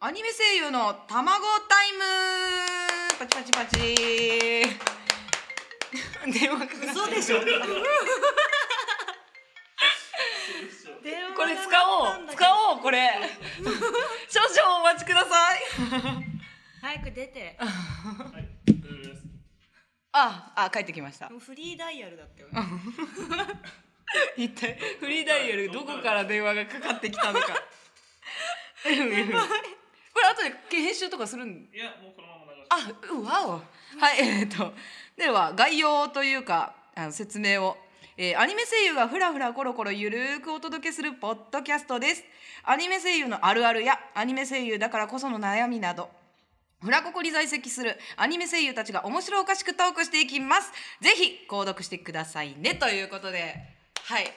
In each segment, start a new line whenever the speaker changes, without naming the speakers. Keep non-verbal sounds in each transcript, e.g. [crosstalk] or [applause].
アニメ声優の卵タイムパチパチ [laughs] パチ電話かかって
嘘でしょ電話が
これ使おう使おうこれ少々お待ちください
早く出て
はい、大丈夫です。
[laughs] ああ帰ってきました
もうフリーダイヤルだったよね
[laughs] 一体フリーダイヤルどこから電話がかかってきたのかこれ後で編集とかするん
いや、もうこのまま流して。
あうわおはいえーっとでは概要というかあの説明を、えーアニメ声優がふらふらコロコロゆるーくお届けするポッドキャストですアニメ声優のあるあるやアニメ声優だからこその悩みなどフラココに在籍するアニメ声優たちが面白おかしくトークしていきますぜひ購読してくださいねということではい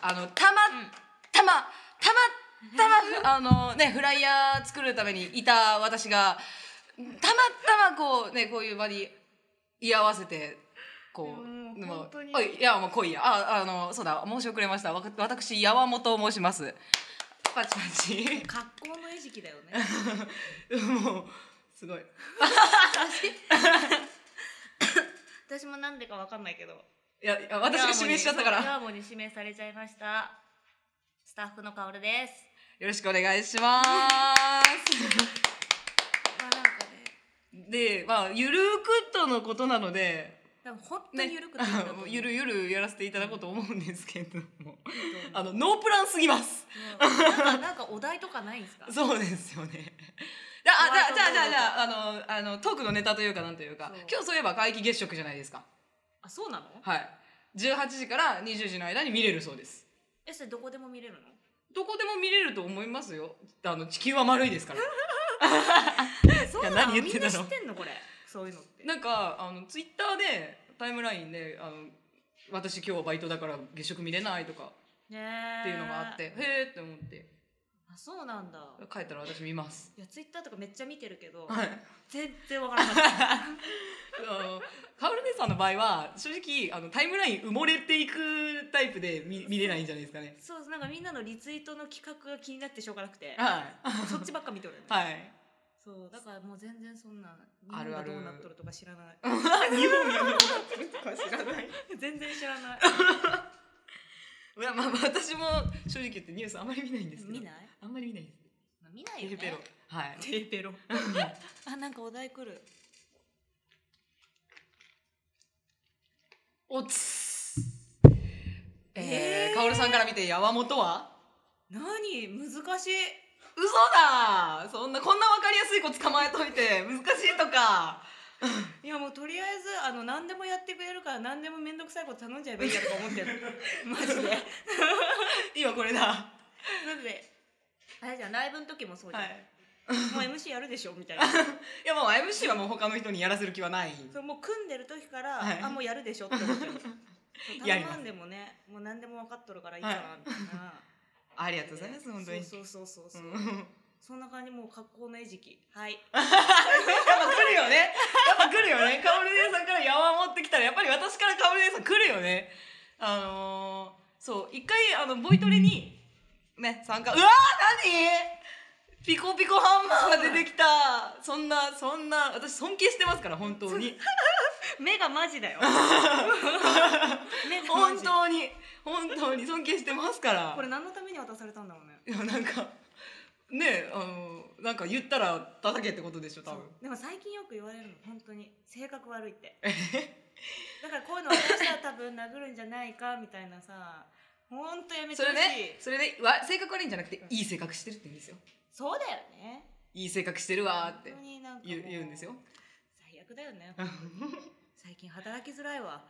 あのたまたまたまたまあのねフライヤー作るためにいた私がたまたまこうねこういう場に居合わせてこう
い
で
やもう
も
本当に
おいいやもう来いやああのそうだ申し遅れましたわ私山本と申しますパチパチ
格好の餌食だよね
[laughs] もうすごい
私もなんでかわかんないけど
いやいや私が指名しちゃったから
ヤーモに指名されちゃいましたスタッフのカオルです
よろしくお願いします。
まあなんかね
で、まあ、ゆるくとのことなので、
でも本当
ね
に緩くていいんだと
[laughs]
思う、
ゆるゆるやらせていただこうと思うんですけれども、
うん
あの、ノープランすぎます。
なんかなんかお題とかないんですか
そうですよね。じゃあ、じゃあ、じゃあ、じゃあ、あの、あの、トークのネタというか、なんというか
そう、
今日そういえば皆既月食じゃないですか。
[laughs] あそうなの
はい。18時から20時の間に見れるそうです。
えそれどこでも見れるの
どこでも見れると思いますよ。あの、地球は丸いですから。
そうなの
何言ってん
みん
だ
な
ろ
知
う
ってんのこれそういうのって
なんかあのツイッターでタイムラインであの私今日バイトだから月食見れないとか
ね
っていうのがあって、へーって思って
あそうなんだ
帰ったら私見ます
いやツイッターとかめっちゃ見てるけど
はい
全然わからなかった
[laughs] あのカオル姉さんの場合は正直あのタイムライン埋もれていくタイプで見見れないんじゃないですかね
そうなんかみんなのリツイートの企画が気になってしょうがなくて
はい
そっちばっか見てるよね
はい
そうだからもう全然そんな日
あ
本
るあ
が
る
どうなっとるとか知らない
日本見ようとか知らない
[laughs] 全然知らない
いやまあまあ私も正直言ってニュースあんまり見ないん [laughs] ですけど
見ない
あんまり見ないです
まあ見な
テ
い
ヘ
よね
ペロはい
テヘペロ [laughs] あなんかお題来る
おつえー、カオルさんから見て山本は
何難しい
嘘だそんなこんな分かりやすい子捕まえといて難しいとか
いやもうとりあえずあの何でもやってくれるから何でも面倒くさいこと頼んじゃえばいいやとか思ってる
[laughs]
マジで
今これだ
なのであれじゃんライブの時もそうじゃ
は
ん、
い
もう MC やるでしょみたいない
やもう MC はもう他の人にやらせる気はない
それもう組んでる時から、
はい
あもうやるでしょって思っ
[laughs]
てるそう
やり
頼
ます
まんでもねもう何でも分かっとるからいいかなみたいな、
ありがとうございます本当に
そうそうそうそう、
うんやっ [laughs]
そんな感じもう格好の餌食はい
ぱ来るよねやっぱ来るよねかおる姉さんから山持ってきたらやっぱり私からかおる姉さん来るよねあのー、そう一回あのボイトレにね参加うわー何ピコピコハンマーが出てきたそんなそんな私尊敬してますから本当に
目がマジだよ
[laughs]
目がマ
本
ジ
当に本当に尊敬してますから
これ何のために渡されたんだろうね
いやなんかねえあのなんか言ったら叩けってことでしょ多分
でも最近よく言われるの本当に性格
[laughs]
悪いってだからこういうのをしたら多分殴るんじゃないかみたいなさ本当やめ
そ
てほし
れ
い
ねそれねわ性格悪いんじゃなくていい性格してるって言うんですよ
そうだよね
いい性格してるわーって
本当になんかも
言う言うんですよ
最悪だよ
[laughs]
ね最近働きづらいわ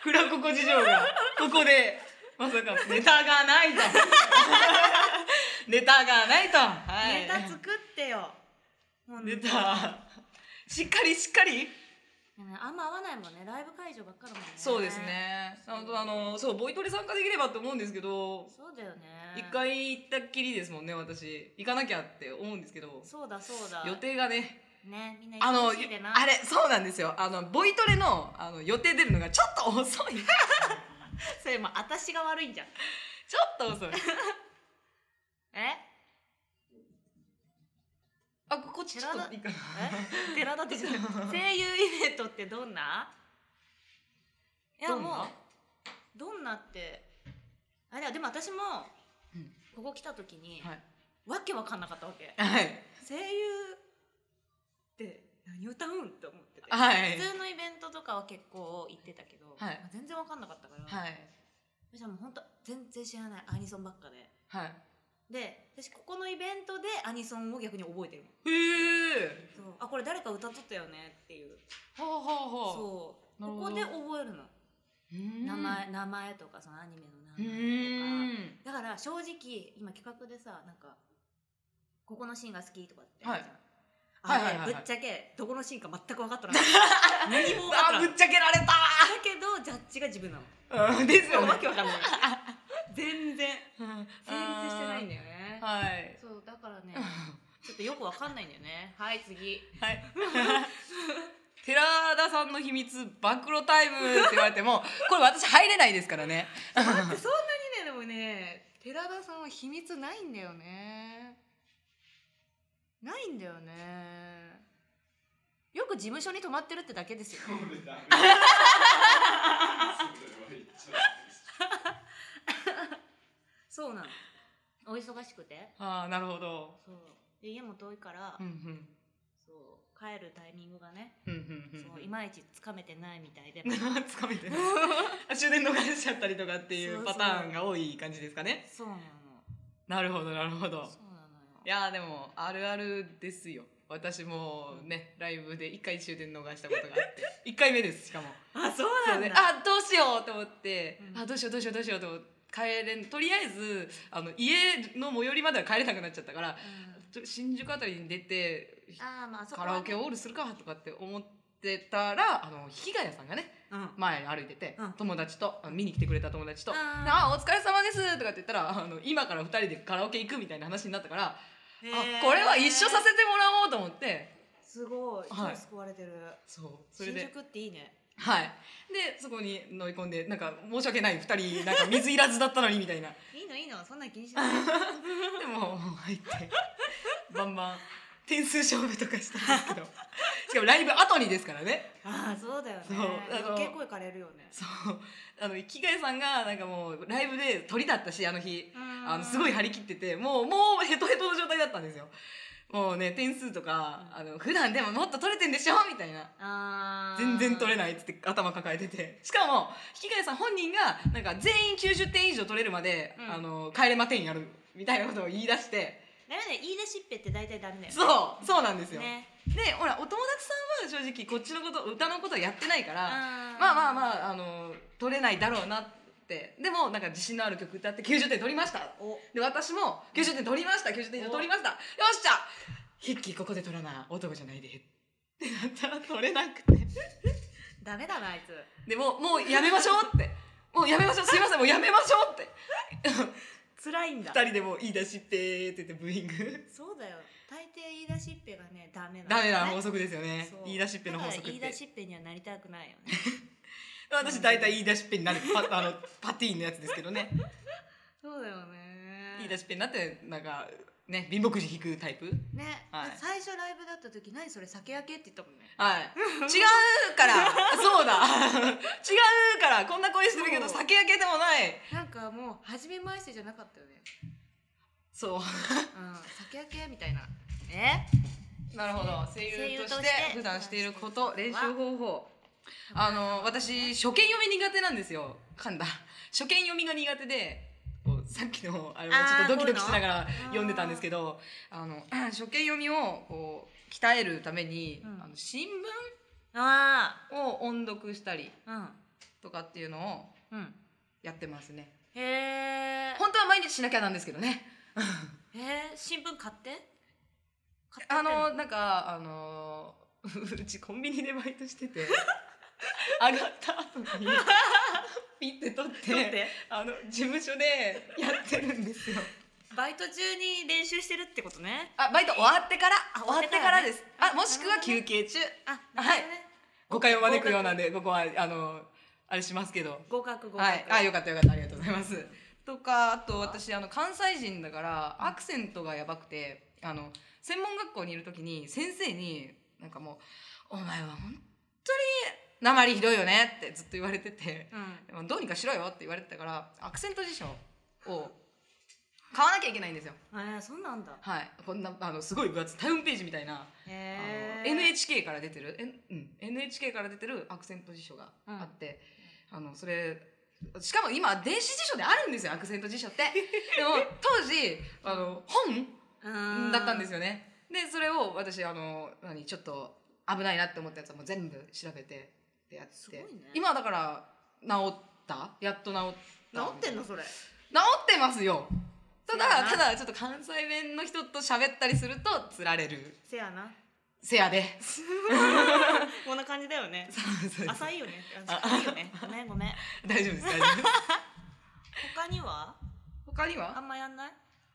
フラココ事情がここでまさかネタが
[laughs]
ないとネタがないと、はい、
ネタ作ってよほんと
[laughs] ネタしっかりしっかり
あんま合わないもんねライブ会場ばっかだもんね
そうですねあとあのそうボイトレ参加できればって思うんですけど
そうだよね
一回行ったっきりですもんね私行かなきゃって思うんですけど
そうだそうだ
予定がね
ねみんな
あの
忙しいでな
あれそうなんですよあのボイトレのあの予定出るのがちょっと遅い [laughs] ちょ
それもう私が悪いんじゃん
[laughs] っと遅い
え
あこっちちょっといいかな
え寺田ってじゃない
[laughs]
声優イベントってどんないや
どんな
もうどんなってあれだよでも私も
うん
ここ来た時に、
はい
わけわかんなかったわけ
はい
声優って何歌うんって思ってて、
はい
普通のイベントとかは結構行ってたけど、
はい
全然わかんなかったから、
はい
私はもう本当全然知らないアニソンばっかで
はい
で私ここのイベントでアニソンも逆に覚えてるもん
へえ
そうあこれ誰か歌っとったよねっていう
はあはあはあ
そう
なる
こ
ほ
こ
ど
で覚えるの、
うん
名前名前とかそのアニメ
う
の名前と
ん
かだから正直今企画でさなんかここのシーンが好きとかって
はい
あ
は
れ
いはいはいはい
ぶっちゃけどこのシーンか全く分かったな [laughs] 何も分か
あ
らん
ぶ
だ
っちゃけられ
けどジャッジが自 [laughs] 分なの
たうんですよね
わけわかんない [laughs] 全然
全
成立してないんだよね
はい
そうだからねちょっとよくわかんないんだよねはい次
はい [laughs] 寺田さんの秘密暴露タイムって言われて [laughs] もこれ私入れないですからね
だってそんなにねでもね寺田さんは秘密ないんだよねないんだよねよく事務所に泊まってるってだけですよ
それは言っちゃ
そうなのお忙しくて
ああなるほど
そうで家も遠いから、
うんうん
そう帰るタイミングがね、
うんうんうん
そういまいちつかめてないみた
[laughs]
いで
つかめてない [laughs] あ終電逃しちゃったりとかってい
そうう
パ
そう
ターンが多い感じですかね
そうなの
なるほどなるほど
そうなのよ
いやーでもあるあるですよ私もねライブで1回終電逃したことがあって1回目ですしかも
あそう
そうね、あどうしようと思って、
うん
あどうしようどうしようどうしようと思って帰れんとりあえずあの家の最寄りまでは帰れなくなっちゃったから
うん
ちょ新宿あたりに出て
あーまあそこ
カ
は
ラオケオールするかとかって思ってたらあの日ヶ谷さんがね
うん
前歩いてて、
うん
友達とあ見に来てくれた友達と「
あー
ああお疲れ様です」とかって言ったらあの今から2人でカラオケ行くみたいな話になったから、
へ
あ
ー
これは一緒させてもらおうと思って
すごいいつ
はい
も救われてる、
そうそれ
新
で
宿っていいね
はい、でそこに乗り込んでなんか申し訳ない2人なんか水いらずだったのにみたいな
いいのいいのそんなん気にしない
でも入ってバンバン点数勝負とかしたんですけどしかもライブ後にですからね
[laughs] ああそうだよね
そうあの
余計声かれるよね
そうあの生谷さんがなんかもうライブで鳥だったしあの日あのすごい張り切っててもうもうヘトヘトの状態だったんですよもうね点数とかあの普段でももっと取れてんでしょみたいな
あー
全然取れないっつって頭抱えててしかも引谷さん本人がなんか全員90点以上取れるまで、
うん
あの帰れま点やるみたいなことを言い出して
ダメだよ言い出しっぺって大体ダメだよね
そうそうなんですよ、
ね
でほらお友達さんは正直こっちのこと歌のことはやってないから、
あー
まあまあまああの取れないだろうなってでもなんか自信のある曲歌って90点取りました
お
で私も90点取りました90点以上取りましたよっしゃヒッキーここで取らな男じゃないでってなったら取れなくて。
ダメだなあいつ
でもうもうやめましょうってもうやめましょうすいませんもうやめましょうって
辛いんだ
二人でもう言い出しっぺーって言ってブーイング
そうだよ大抵言い出しっぺがねダメなのね
ダメな法則ですよね
そう
言い出しっぺの法則
だから言
っ
い
て
出しっぺにはなりたくないよね
私大体言い出しっぺになるパあの [laughs] パティーンのやつですけどね
そうだよね
言い出しっぺになってなんかね貧乏くじ引くタイプ
ね、
はい
最初ライブだった時何それ酒焼けって言ったもんね
はい違うからそう [laughs] だ違うからこんな声してるけど
そう
酒焼けでもない
なんかもう初めましてじゃなかったよね
そう
うん酒焼けみたいなえ
なるほど声優とし
声優としてて
普段していること練
練
習
習
方法あの私初見読み苦手なんですよ噛んだ初見読みが苦手でこうさっきのあれをちょっとドキドキしながら読んでたんですけどあの [clears throat] 初見読みをこう鍛えるために、
うん
あの新
あ
聞を音読したり
あ
とかっていうのを
うんうん
やってますね
へえ
本当は毎日しなきゃなんですけどね
へえ新聞買って買って
あ
やってん
のなんかあの [laughs] うちコンビニでバイトして [laughs] て上がった後に [laughs] ピッて取って
取って
あの事務所でやってるんですよ
バイト中に練習してるってことね
あバイト終わってから
あ
終わってからですあもしくは休憩中
あ
はい
なるほどね
誤解を招くようなんでここはあのあれしますけど
合格合格
はいあよかったよかったありがとうございますとかあと私あの関西人だからアクセントがやばくてあの専門学校にいる時に先生になんかもう「お前は本当に鉛ひどいよね」ってずっと言われてて
う
「
ん
どうにかしろよ」って言われてたからアクセント辞書を買わなきゃいけないんですよ。
えー、そうなんだ
はい、こんなあのすごい分厚いタウンページみたいなあ
へ
の
え
NHK から出てる、えうん、NHK から出てるアクセント辞書があって、あのそれしかも今電子辞書であるんですよアクセント辞書って
[laughs]
でも当時あの本だったんですすよねでそれを私あの何ちょっと危ないなって思ったやつはもう全部調べてってやっ
す
て、
ごいね
今だから治ったやっと治った
治ってんのそれ
治ってますよた
せや
だ
な
ただちょっと関西弁の人と喋ったりするとつられる
せやな
せや
[laughs]
で
こんな感じだよね
そうそう
浅いよね深いよねごめんごめん
大丈夫です大丈夫
[laughs]
です
他には
他に
あ
は
んまやんない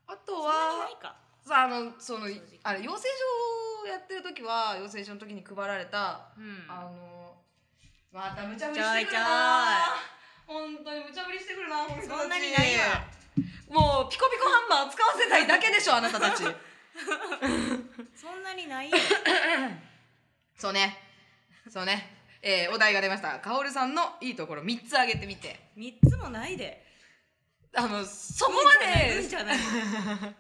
あと
そんなに
は
ないか
さああのその
正直
あれ養成所をやってる時は養成所の時に配られた、
うん
あのまた無茶ぶりしてくるな本当に無茶ぶりしてくるなこの人たち
そんなにないわ
もうピコピコハンマー使わせたいだけで
[laughs]
しょあなたたち
そんなにないよ
そうねそうね、えーお題が出ましたかおるさんのいいところ3つ挙げてみて
三つもないで
あのそこまで、
うんじゃないうんじゃない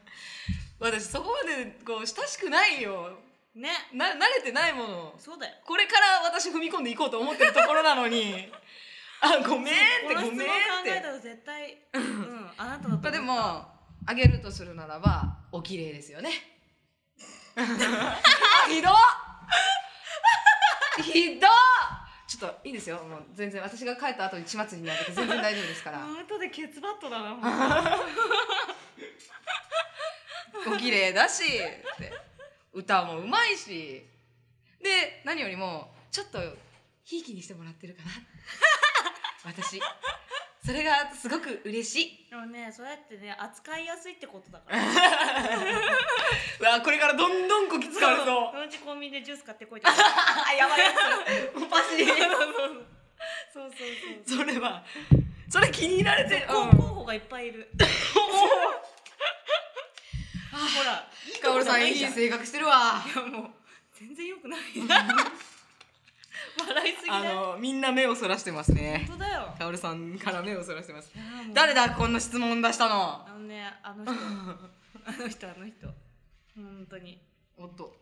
私そこまでこう親しくないよ
ね
な慣れてないもの
そうだよ
これから私踏み込んでいこうと思ってるところなのに [laughs] あごめんって
こ
ご
の質
めんっ
問考え
て
たら絶対うんあなただ
まあ
と
で
思
も
う
あげるとするならばお綺麗ですよね [laughs] あひどっひどっちょっといいですよもう全然私が帰った後に始末になって全然大丈夫ですから
あ後でケツバットだなほんと
お綺麗だしって歌もうまいしで何よりもちょっとひいきにしてもらってるかな [laughs] 私それがすごく嬉しい
でもねそうやってね扱いやすいってことだから
うわこれからどんどんこき [laughs] 使われそう
そのうちコンビニでジュース買ってこいっ
[laughs]
て
あやばいやつパシリ
そうそうそう
それはそれ気に入られてる
候
うん
候補がいっぱいいるほらいい
かおるさんいい
じゃん
性格してるわ
いやもう全然良くない笑いすぎだ
あ
よ
のみんな目をそらしてますね
本当だよ
かおるさんから目をそらしてます
あーもう
誰だこんな質問出したの
あのねあの人あの人あの人本当に
おっと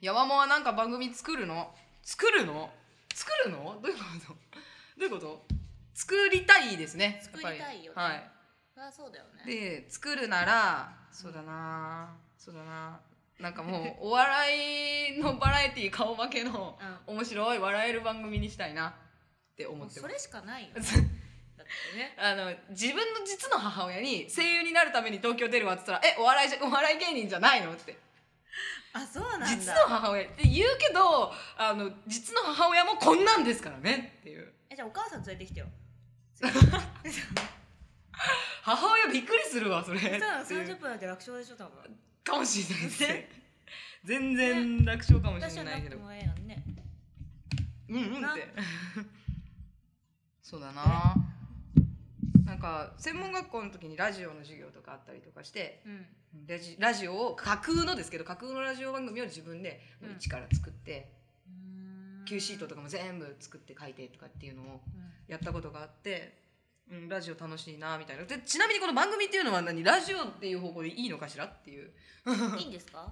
ヤワモはなんか番組作るの作るの作るのどういうことどういうこと作りたいですねやっぱ
作りたいよね
は
そりゃそうだよ
い、で作るならそうだなそうだななんかも
[laughs]
うお笑いのバラエティー顔負けの面白い笑える番組にしたいなって
うん
思
も
っ
う
て
そ
ます
れしか
[laughs]
ないよだってね
あの自分の実の母親に声優になるために東京出るわって言ったら「えお笑いじゃお笑い芸人じゃないの?」って
あそうなんだ
実の母親って言うけどあの実の母親もこんなんですからねっていう
えじゃあお母さん連れてきてよ
母親びっくりするわそれってい
そう30分なんて楽勝でしょ多分
かもしれないですね全然楽勝かもし
私
れ
は
な
ないく
け
て
ど
もええやんね
うんうん
な
ってそうだななんか専門学校の時にラジオの授業とかあったりとかして
うん
ラジラジオを架空のですけど架空のラジオ番組を自分でもう一から作って、Q シートとかも全部作って書いてとかっていうのをやったことがあって、うん、ラジオ楽しいなみたいなでちなみにこの番組っていうのは何ラジオっていう方向でいいのかしらっていう、
いいんですか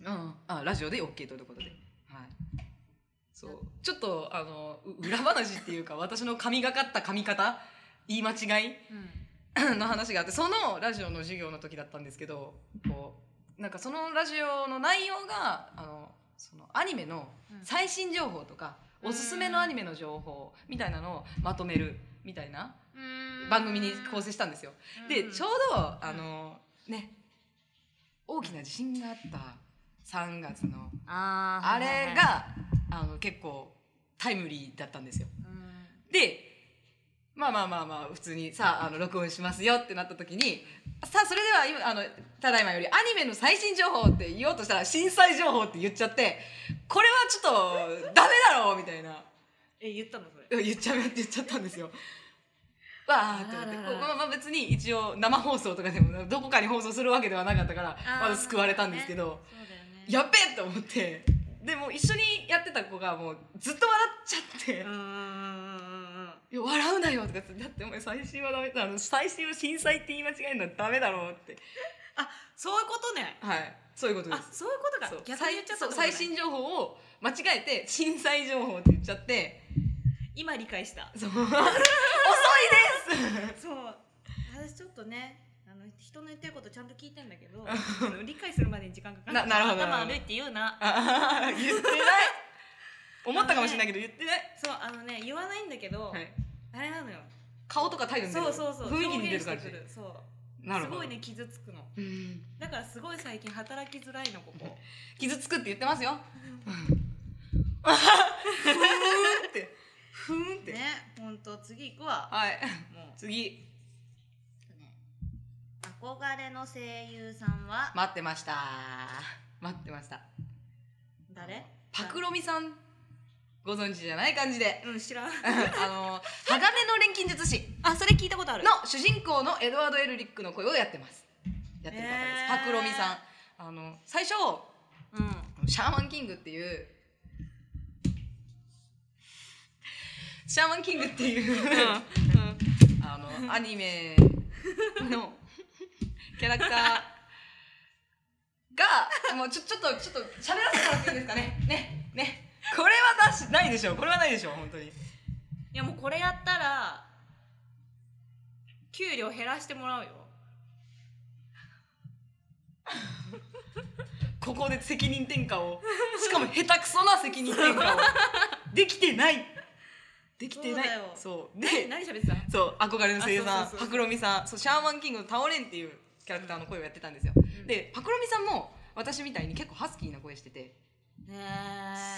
うん、あラジオで OK ということで、はい、そうちょっとあのう [laughs] 裏話っていうか私の神がかった髪型言い間違い
うん
の話があってそのラジオの授業の時だったんですけどこうなんかそのラジオの内容があのそのアニメの
うん
最新情報とか、
うん
おすすめのアニメの情報みたいなのをまとめるみたいな
うん
番組に構成したんですよ。でちょうどあのね大きな地震があった3月の
あー
あれがあの結構タイムリーだったんですよ。でまあまあまあまあ普通にさあの録音しますよってなった時にさあそれでは今あのただいまよりアニメの最新情報って言おうとしたら震災情報って言っちゃってこれはちょっとダメだろうみたいな
え言ったのそれ
言っちゃう言っちゃったんですよ。わーって思って
あららら
まあまあ別に一応生放送とかでもどこかに放送するわけではなかったから
ー
まだ救われたんですけど、
そうだよね
やっべえと思ってでも一緒にやってた子がもうずっと笑っちゃって。
うんうんうんうんうん
いや笑うなよとかってだってお前最新はダメだあの最新を震災って言い間違えるのはダメだろうって
そういうことね
はいそういうことで
あ
す
そういうことか
そう
逆に言っちゃ
最
った
そう最新情報を間違えて震災情報って言っちゃって
今理解した [laughs]
そう遅いです
そう私ちょっとねあの人の言ってることちゃんと聞いてんだけどあの理解するまでに時間かかる
ななるほど
頭
なるほ
悪
ど
いって言うな
あ [laughs] ー言ってない思ったかもしれないけど言ってない、
そうあのね言わないんだけど、
はい、
あれなのよ
顔とか態度に出る
そうそうそう
雰囲気に出る感じ
表現してくそう
なるほ
す
ど
ごいね傷つくの
うん
だからすごい最近働きづらいのここ
傷つくって言ってますよふーんってふーんって、
ね本当次行くわ
はい
も
次
う、ね、憧れの声優さんは
待ってました待ってました
誰
パクロミさんご存知じゃない感じで [laughs]
うん知らん
あの鋼の錬金術師
あそれ聞いたことある
の主人公のエドワード・エルリックの声をやってますやってる方です、
へ
パ
ー
クロミさんあの最初
うん
シャーマンキングっていうシャーマンキングっていうあのアニメのキャラクターがもうちょちょっとちょっと喋らせてもらっていいですかねねねこれはなしないでしょこれはないでしょ本当に
いやもうこれやったら給料減らしてもらうよ
ここで責任転嫁をしかも下手くそな責任転嫁をできてないできてないそうで
え [laughs] 何喋ってた
そう憧れの声優さ
あ
ん
そうそうそうそう
パクロミさんそうシャーマンキングのタオレンっていうキャラクターの声をやってたんですよ、
ん
でパクロミさんも私みたいに結構ハスキーな声してて、
ね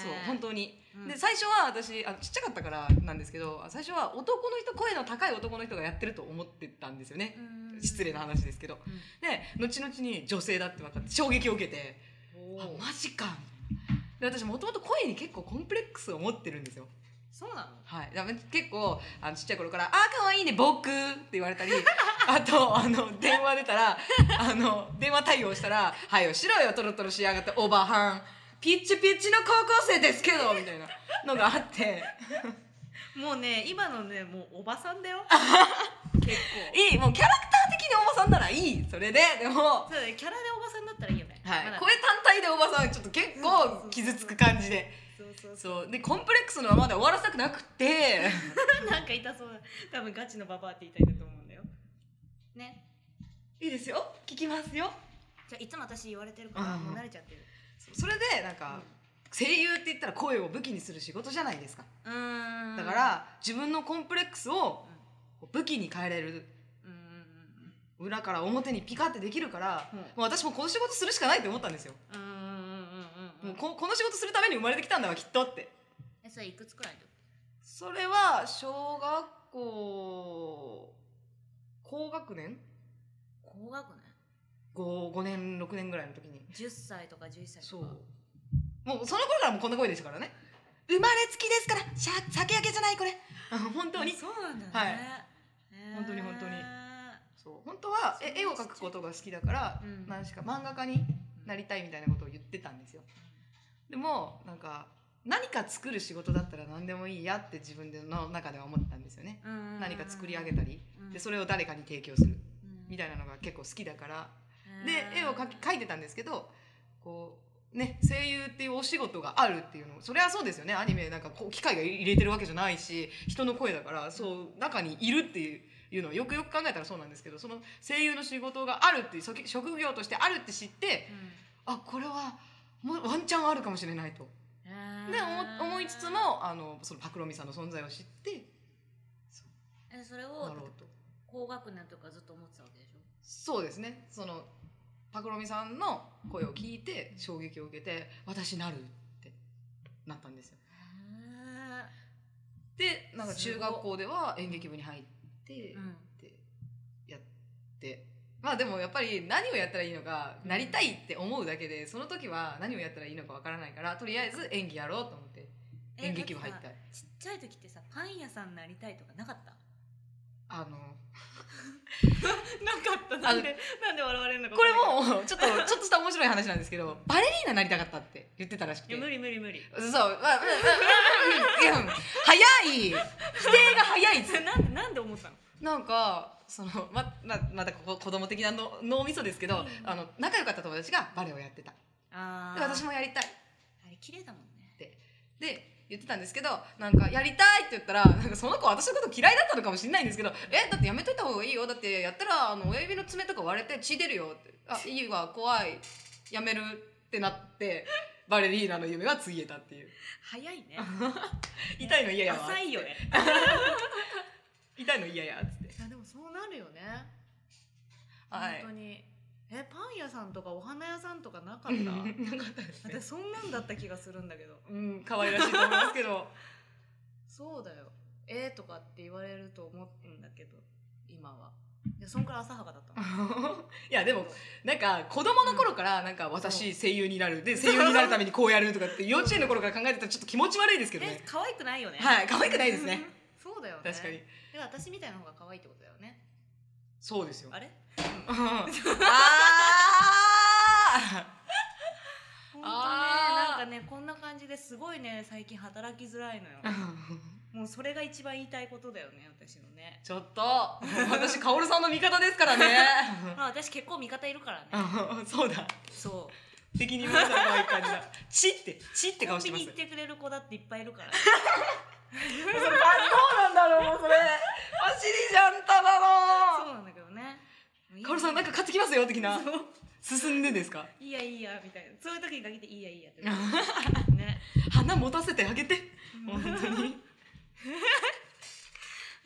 そう本当に、
うん
で最初は私あのちっちゃかったからなんですけど最初は男の人声の高い男の人がやってると思ってたんですよね、失礼な話ですけど、
うん
で後々に女性だって分かって衝撃を受けて
お
あ
ー
マジかみたいなで私もともと声に結構コンプレックスを持ってるんですよ
そうなの
はい、だから結構あのちっちゃい頃から「あーかわいいね僕」って言われ [laughs] たりあとあの電話出たらあの電話対応したら「はいよしろよトロトロしやがってオーバーハンピッチピッチの高校生ですけど」みたいなのがあって
もうね今のねもうおばさんだ
[laughs]
よ結構
[laughs] いいもうキャラクター的におばさんならいいそれででも、
そうだねキャラでおばさんだったらいいよね、
はい
まだね
声単体でおばさんはちょっと結構傷つく感じで
そうそうそ
そうでコンプレックスのままで終わらせたくなくって。
うなんか痛そうだ多分ガチのババアって言いたいんだと思うんだよね
[laughs] いいですよ聞きますよ
じゃあいつも私言われてるから
うん
もう慣れちゃってる
それでなんか、声優って言ったら声を武器にする仕事じゃないですか
うーん
だから自分のコンプレックスを
うん
武器に変えれる
うんうん
裏から表にピカってできるから、
うん
もう私もこの仕事するしかないって思ったんですよ、
うんうんうんうんうんうんう
もうんここの仕事するために生まれてきたんだわきっとって
えそれいくつくらいの時
それは小学校高学年
高学年
5, 5年6年ぐらいの時に
10歳とか11歳とか
そうもうその頃からもうこんな声でしたからね生まれつきですからしゃ酒焼けじゃないこれ本当に
あそうなんだね、
はい
へー
本当に本当にそう本当はえ絵を描くことが好きだから、
うん
何しか漫画家になりたいみたいなことを言ってたんですよでもなんか何か作る仕事だったら何でもいいやって自分の中では思ってたんですよね、
うんうんうんうん
何か作り上げたり、
うん
でそれを誰かに提供する
うん
みたいなのが結構好きだから、
へー
で絵を描き描いてたんですけどこうね声優っていうお仕事があるっていうのもそれはそうですよねアニメなんかこう機械が入れてるわけじゃないし人の声だからそう中にいるっていう。いうのをよくよく考えたらそうなんですけどその声優の仕事があるっていう職職業としてあるって知ってあこれはもうワンチャンあるかもしれないと
うん
で思思いつつもあのそのパクロミさんの存在を知って
えそれ
な
を
るほどと
高学年とかずっと思ってたわけでしょ
そうですねそのパクロミさんの声を聞いて衝撃を受けて私なるってなったんですよでなんか中学校では演劇部に入って
うん
ってやってまあでもやっぱり何をやったらいいのかなりたいって思うだけでその時は何をやったらいいのかわからないからとりあえず演技やろうと思って
え
演劇部入っ
だ
た
てさちっちゃい時ってさパン屋さんになりたいとかなかった
あ
あのなかったなんでなんで笑われるのか
これ
う
もうちょっとちょっとした面白い話なんですけどバレリーナになりたかったって言ってたらしく
い
て
や無理無理無理
そうまあまあまあまあうん早い否定が早いっつって
[laughs] なんでなんで思ったの
なんかそのまままたここ子供的なの脳みそですけど、
うん
あの仲良かった友達がバレエをやってた
あ
で私もやりたい
あれ綺麗だもんね
で言ってたんですけどなんかやりたいって言ったらなんかその子私のこと嫌いだったのかもしれないんですけど「えだってやめといた方がいいよだってやったらあの親指の爪とか割れて血出るよ」って [laughs] 「あいいわ怖いやめる」ってなってバレリーナの夢はついえたっていう
早いね
痛いの嫌やわ
浅いよね
痛いの嫌やっつって
いやでもそうなるよね
はい
本当にえパン屋さんとかお花屋さんとかなかっ
うん [laughs]
た
なかったですね
私そんなんだった気がするんだけど
うん可愛らしいと思いますけど
そうだよえー、とかって言われると思うんだけど今はいやそんくらい浅はかだったの
[laughs] いやでもなんか子供の頃からなんか私声優になるで声優になるためにこうやるとか [laughs] って幼稚園の頃から考えてたらちょっと気持ち悪いですけど
え
ね
可愛くないよね
はい可愛くないですね
そうだよね
確かに
で私みたいな方が可愛いってことだよね
そうですよ
あれ
あ
本当ね
あー
なんかねこんな感じですごいね最近働きづらいのよ
ー
もうそれが一番言いたいことだよね私のね
[laughs] ちょっと私カオルさんの味方ですからね
まあ私結構味方いるからね
うん [laughs] そうだ
そう
責任持たない感じだチってチって
コ
顔
ン
して
ビ
ま
ニ
す
行ってくれる子だっていっぱいい
[laughs]
るから
それどうなんだろうもうそれお尻じゃんただ
そ
の
うなんだけどね
[laughs] カオルさんなんか買ってきますよ的な
そう
進んでですか
いいやいいやみたいなそういう時に限っていいやいいやって
[laughs]
ね
花持たせてあげて
う
本
[laughs] ん
当に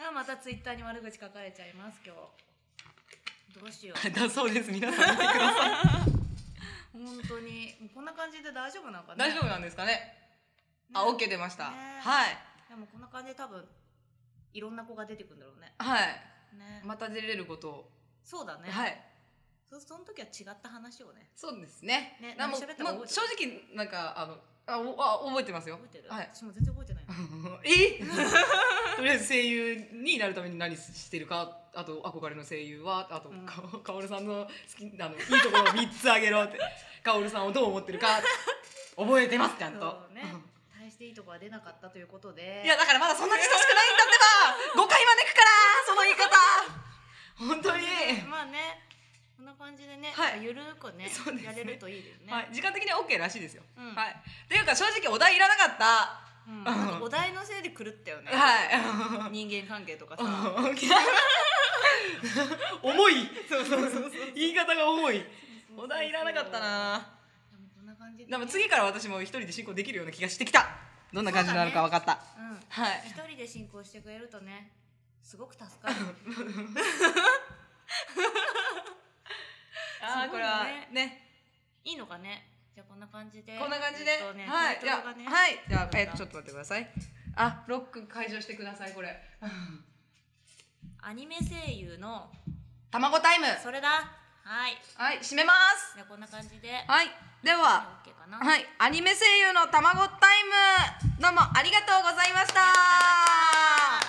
あまたツイッターに悪口書かれちゃいます今日どうしよう
だそうです皆さん見てください
本当にもうこんな感じで大丈夫なんか
[laughs]
ね
大丈夫
ね
なんですかねあ OK 出ました
ね
はい
でもこんな感じで多分いろんな子が出てくるんだろうね
はい
ね、
また出れることを
そうだね、
はい
そその時は違った話をね
そうですね。
ね
なもう
何喋ったか
もう正
覚
直なんかあのあおあ覚えてますよ
覚。えてる、
はい。
私も全然覚えてない
[laughs] えとりあえず声優になるために何してるかあと憧れの声優はあと、
うん
かかおるさんの好きあのいいところを3つあげろってかおるさんをどう思ってるか覚えてますちゃんと、
そうね大していいとこは出なかったということで
いやだからまだそんなに親しくないんだってば誤解招くからその言い方本当に、
まあねこんな感じでね、
はい
ゆるくね
そうですね
やれるといいですね、
はい、時間的には OK らしいですよ、
うん
はいっていうか正直お題いらなかった
うんなんかお題のせいで狂ったよね、
はい。
人間関係とかさ
重い。言い方が重い。お題いらなかったな。
でもこんな感じで、ね、
でも次から私も一人で進行できるような気がしてきた。どんな感じになるか分かった。
うん
はい。
一人で進行してくれるとねすごく助かる
ああ、これはね、
いいのかねじゃあこんな感じで
こんな感じで。
えっとね
はい。
タ
じ
イ
ゃ
トルがね
あ、はい。じゃあ、えっとちょっと待ってください。あ、ロック解除してください、これ。
アニメ声優の
卵タイム。
それだはい
はい、閉めます。
じゃあこんな感じで
はい。では。
OK かな
はい、アニメ声優の卵タイム、どうもありがとうございました。